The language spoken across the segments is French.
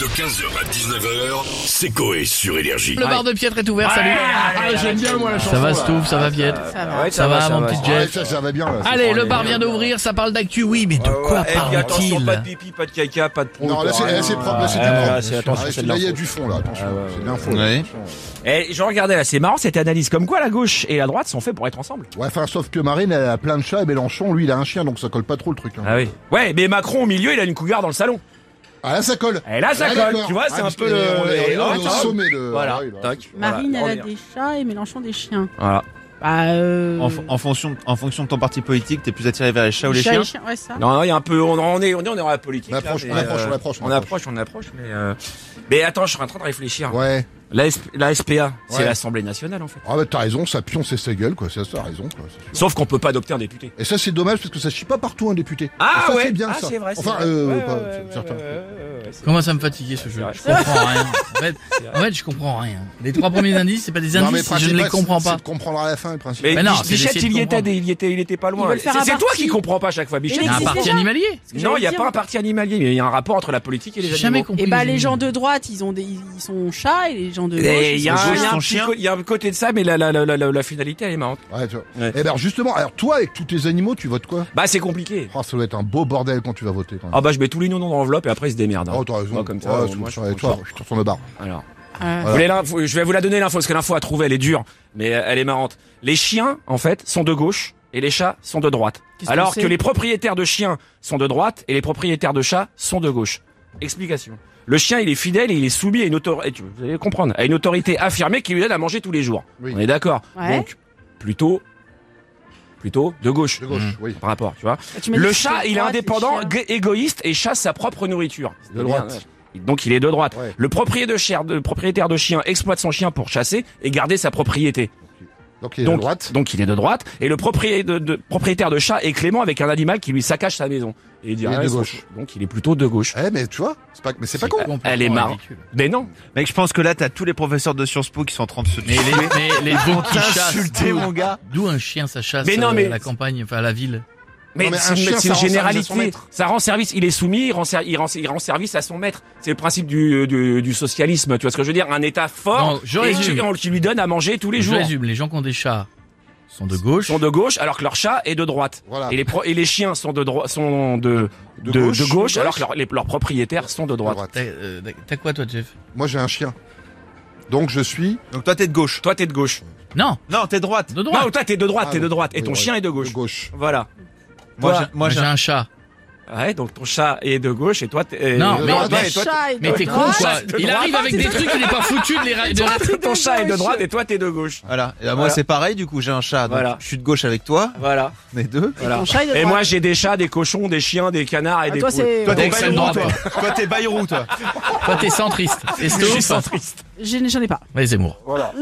De 15h à 19h, c'est Coé sur Énergie. Le bar de Pietre est ouvert, salut Ah, j'aime bien moi la chanson. Ça va Stouff, ça va Pietre Ouais, Ça va mon petit Ouais, Jeff ça, ça va bien là. Allez, le bar vient d'ouvrir, ça parle d'actu, oui, mais de quoi Eh, puis attention, pas de parle-t-il pipi, pas de caca, pas de pro. Non, là c'est là, c'est propre, là c'est du propre. c'est- attention, Ah, c'est de Là il y a l'info. Ah, du fond là, attention, c'est de l'info. là. Ouais. Eh, je regardais là, c'est marrant cette analyse. Comme quoi la gauche et la droite sont faits pour être ensemble. Ouais, enfin sauf que Marine elle a plein de chats et Mélenchon lui il a un chien donc ça colle pas trop le truc. hein. Ah oui. Ouais, mais Macron au milieu, il a une cougar dans le salon. Ah là ça colle. Et là, ça Ah, colle. d'accord. Tu vois, Ah, c'est un parce peu que, le. euh, on est- on est le- au sommet de. Voilà. Ah oui, là, Tac. c'est sûr. Marine, Voilà, elle a on des chats et Mélenchon des chiens. Voilà. Bah, euh... En, en fonction, en fonction de ton parti politique, t'es plus attiré vers les chats ou les chat et chiens chien, Ouais, ça. Non, non, il y a un peu. On, on est, on est, on est dans la politique. On approche, là, on mais, approche, euh, on approche, on on approche, on approche, mais. euh, Mais attends, je suis en train de réfléchir. Ouais. La, SP la SPA, Ouais. c'est l'Assemblée nationale en fait. Ah bah t'as raison, ça pionce et sa gueule quoi, c'est ça, t'as raison quoi. c'est sûr. Sauf qu'on peut pas adopter un député. Et ça c'est dommage parce que ça chie pas partout un député. Ah Et ça, ouais. c'est bien ah, ça. c'est vrai. c'est Enfin vrai. euh, Ouais, pas- ouais, ouais, certains. ouais, ouais, ouais, ouais, c'est- Comment ça me fatigue ce jeu Je comprends rien. En fait, en fait, je comprends rien. Les trois premiers indices, c'est pas des Non, mais indices, c'est je ne les principal, comprends c'est- pas. C'est de comprendre à la fin le principe. Mais, Mais non, Mich- c'est Michel, d'essayer de il y était, comprendre. il y était, il était pas Ils loin. veulent C'est faire un c'est toi parti. qui comprends pas à chaque fois, Michel. Il Il y a un existe parti déjà. animalier Ce que Non, j'allais il n'y a dire. pas un parti animalier, mais il y a un rapport entre la politique et les J'ai animaux. jamais compris. Et bah, animaux. les gens de droite, ils ont des, ils sont chats et les gens de gauche, Et ils Il y, a sont un- il gauche, y a chiens. un son petit chien. co- il y a un côté de ça, mais la, la, la, la, la finalité, elle est marrante. Ouais, tu vois. Ouais. Eh ben justement, alors toi avec tous tes animaux, tu votes quoi Bah, c'est compliqué. Ah, ça doit être un beau bordel quand tu vas voter. Quand même. Ah bah, je mets tous les noms dans l'enveloppe et après, ils se démerdent. hein. Oh, t'as raison. Moi, comme ça, Ouais, moi, c'est- je ouais, prends toi, le je te retourne le bar. Alors. Ah. Vous voulez l'info je vais vous la donner l'info, parce que l'info à trouver, elle est dure, mais euh, elle est marrante. Les chiens, en fait, sont de gauche et les chats sont de droite. Qu'est-ce que Alors que, c'est les propriétaires de chiens sont de droite et les propriétaires de chats sont de gauche. Explication. Le chien, il est fidèle et il est soumis à une autorité, vous allez comprendre, à une autorité affirmée qui lui donne à manger tous les jours. Oui. On est d'accord. Ouais. Donc, plutôt, plutôt de gauche. De gauche, oui. Par rapport, tu vois. Bah, Tu m'as dit Le que chat, c'était il est droite, indépendant, c'est gue- égoïste et chasse sa propre nourriture. Eh De droite. Bien, ouais. Donc il est de droite. Ouais. Le propriétaire de, chien- de propriétaire de chien exploite son chien pour chasser et garder sa propriété. Donc il est de donc, droite. donc il est de droite. Et le propriétaire de, de- propriétaire de chat est clément avec un animal qui lui saccage sa maison. Et il dit, Il est ah, de ils sont- gauche. Donc il est plutôt de gauche. Eh mais tu vois, c'est pas, mais c'est pas con. Complètement Elle est marrante. ridicule. Mais non. Mec, je pense que là, t'as tous les professeurs de Sciences Po qui sont en train de se Mais les, mais les veaux qui chassent. insulter, d'où- mon gars. D'où un chien, ça chasse Mais non, euh, mais- la campagne, enfin la ville. Mais, Non, mais un c'est une- chien, c'est ça une rend service à son généralité. maître. Ça rend service. Il est soumis, il rend, ser- il rend, il rend service à son maître. C'est le principe du, du, du socialisme. Tu vois ce que je veux dire Un État fort Non, je Oh, et résume. qui, on- qui lui donne à manger tous les je jours. résume, les gens qui ont des chats sont de gauche. sont de gauche alors que leur chat est de droite. Voilà. Et les pro- et les chiens sont de droite sont de Ah. de, de gauche. gauche, alors que leurs- les- leurs propriétaires sont de droite. De droite. T'as euh, t'as quoi toi Jeff Moi j'ai un chien. Donc je suis Donc toi, t'es de gauche. Toi t'es de gauche. Non, Non, t'es de droite. de droite. Non, toi t'es de droite, Ah, t'es de oui. droite et Oui, ton ouais. chien est de de gauche. gauche. Voilà. Moi, Toi- j'ai- moi, j'ai j'ai un chat. Ouais, donc ton chat est de gauche et toi t'es Non, euh, mais- toi, mais- et chiant. toi, Chat et Mais de t'es con droite. quoi de Il droite. arrive avec des trucs, il est pas foutu de les ra- Ah, de ra- ton chat est de gauche. droite et toi t'es de gauche. Voilà. Et là, moi, Voilà. c'est pareil, du coup, j'ai un chat. Donc, Voilà. Je suis de gauche avec toi, Voilà. on est deux. voilà. ton chat est de Et droite. moi j'ai des chats, des cochons, des chiens, des canards et Ah, des toi, c'est- poules. Toi, t'es extrême droite, Toi, t'es Bayrou, toi. Toi t'es centriste. Et Je suis Stouff centriste. J'en j'en ai pas. Mais Zemmour. Voilà.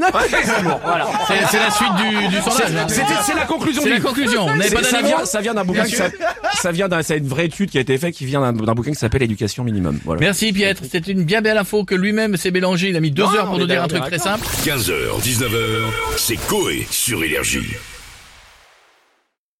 C'est c'est la suite du, du sondage. hein. C'est- c'était- C'est la conclusion C'est du la conclusion. On n'avait C'est- pas ça, d'animaux. vient, ça vient d'un bouquin, qui s'appelle- ça vient d'un, c'est une vraie étude qui a été faite, qui vient d'un d'un bouquin qui s'appelle Éducation minimum. Voilà. Merci Pietre, c'est une bien belle info que lui-même s'est mélangé, il a mis deux Non, heures pour on nous est dire un d'accord, truc très d'accord. simple. 15h, 19h, c'est Coé sur Énergie.